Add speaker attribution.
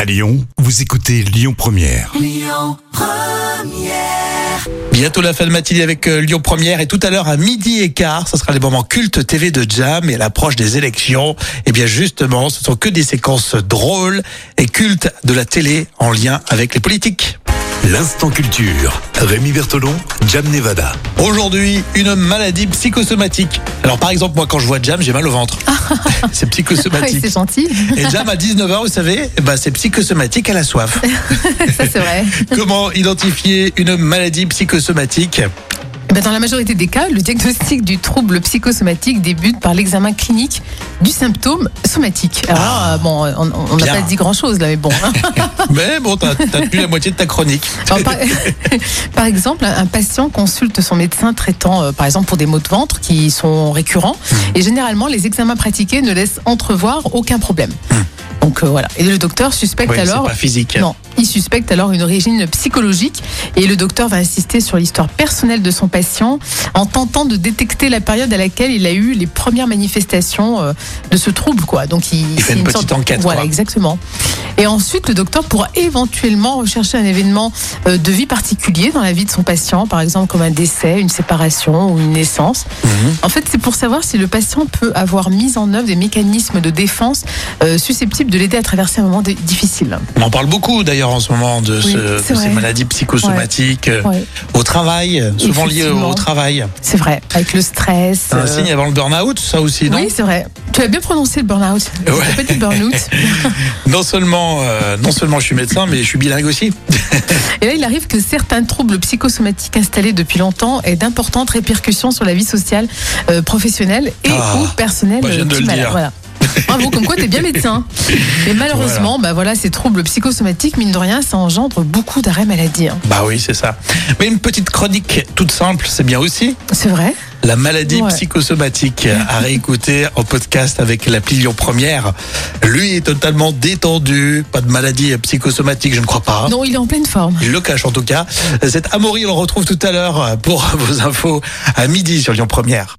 Speaker 1: À Lyon, vous écoutez Lyon Première.
Speaker 2: Bientôt la fin de matinée avec euh, Lyon Première et tout à l'heure à midi et quart, ce sera les moments cultes TV de Jam et à l'approche des élections. Et bien justement, ce sont que des séquences drôles et cultes de la télé en lien avec les politiques.
Speaker 1: L'instant culture. Rémi Bertolon, Jam Nevada.
Speaker 2: Aujourd'hui, une maladie psychosomatique. Alors par exemple, moi quand je vois Jam, j'ai mal au ventre. c'est
Speaker 3: Oui,
Speaker 2: psychosomatique.
Speaker 3: c'est gentil.
Speaker 2: et Jam à 19h, vous savez, eh ben, c'est psychosomatique à la soif.
Speaker 3: Ça, c'est vrai.
Speaker 2: Comment identifier une maladie psychosomatique
Speaker 3: Eh ben, dans la majorité des cas, le diagnostic du trouble psychosomatique débute par l'examen clinique du symptôme somatique. Alors,
Speaker 2: Ah.
Speaker 3: euh, bon, euh, on- on n'a
Speaker 2: Bien.
Speaker 3: pas dit grand-chose là, mais bon. hein.
Speaker 2: Mais bon, t'as t'as tenu la moitié de ta chronique.
Speaker 3: Alors, par, par exemple, un patient consulte son médecin traitant, euh, par exemple, pour des maux de ventre qui sont récurrents. Et généralement, les examens pratiqués ne laissent entrevoir aucun problème. Donc euh, voilà. Et le docteur suspecte
Speaker 2: Oui, c'est
Speaker 3: alors
Speaker 2: pas physique. hein.
Speaker 3: Non, il suspecte alors une origine psychologique et le docteur va insister sur l'histoire personnelle de son patient en tentant de détecter la période à laquelle il a eu les premières manifestations euh, de ce trouble. Quoi. Donc il,
Speaker 2: Il fait
Speaker 3: c'est
Speaker 2: une
Speaker 3: sorte-
Speaker 2: petite enquête,
Speaker 3: Voilà,
Speaker 2: quoi.
Speaker 3: exactement. Et ensuite, le docteur pourra éventuellement rechercher un événement euh, de vie particulier dans la vie de son patient, par exemple comme un décès, une séparation ou une naissance.
Speaker 2: Mhm.
Speaker 3: En fait, c'est pour savoir si le patient peut avoir mis en œuvre des mécanismes de défense euh, susceptibles de l'aider à traverser un moment d- difficile.
Speaker 2: On en parle beaucoup d'ailleurs en ce moment de,
Speaker 3: Oui,
Speaker 2: ce-
Speaker 3: c'est
Speaker 2: de ces
Speaker 3: vrai.
Speaker 2: maladies psychosomatiques euh,
Speaker 3: Ouais.
Speaker 2: au travail, euh, souvent liées au- au
Speaker 3: Effectivement.
Speaker 2: travail.
Speaker 3: C'est vrai, avec le stress.
Speaker 2: C'est un
Speaker 3: euh,
Speaker 2: signe avant le burn-out, ça aussi, non
Speaker 3: Oui, c'est vrai. Tu as bien prononcé le burn-out.
Speaker 2: Ouais.
Speaker 3: C'est pas du burn-out.
Speaker 2: non, seulement, euh, non seulement je suis médecin, mais je suis bilingue aussi.
Speaker 3: Et là, il arrive que certains troubles psychosomatiques installés depuis longtemps aient d'importantes répercussions sur la vie sociale, euh, professionnelle et
Speaker 2: Ah,
Speaker 3: ou personnelle.
Speaker 2: bah, je viens
Speaker 3: euh,
Speaker 2: de
Speaker 3: du
Speaker 2: le
Speaker 3: malade.
Speaker 2: dire.
Speaker 3: Voilà. Bravo, comme quoi t'es bien médecin. Mais malheureusement, bah voilà, ces troubles psychosomatiques, mine de rien, ça engendre beaucoup d'arrêts maladie. hein.
Speaker 2: Bah oui, c'est ça. Mais une petite chronique toute simple, c'est bien aussi.
Speaker 3: C'est vrai
Speaker 2: La maladie
Speaker 3: Ouais.
Speaker 2: psychosomatique à réécouter en podcast avec l'appli Lyon Première. Lui est totalement détendu, pas de maladie psychosomatique, je ne crois pas.
Speaker 3: Non, il est en pleine forme.
Speaker 2: Il le cache en tout cas. Cet Amaury, on le retrouve tout à l'heure pour vos infos à midi sur Lyon Première.